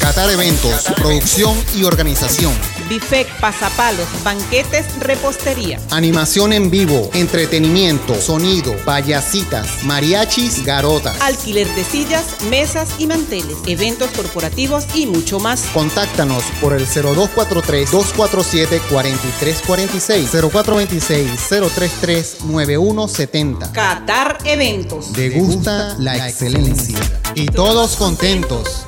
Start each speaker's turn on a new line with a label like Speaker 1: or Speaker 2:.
Speaker 1: Qatar Eventos, producción y organización.
Speaker 2: Bifec, pasapalos, banquetes, repostería.
Speaker 1: Animación en vivo, entretenimiento, sonido, payasitas, mariachis, garotas.
Speaker 2: Alquiler de sillas, mesas y manteles, eventos corporativos y mucho más.
Speaker 1: Contáctanos por el 0243-247-4346, 0426-033-9170.
Speaker 2: Qatar Eventos.
Speaker 1: Degusta la excelencia. Y todos contentos.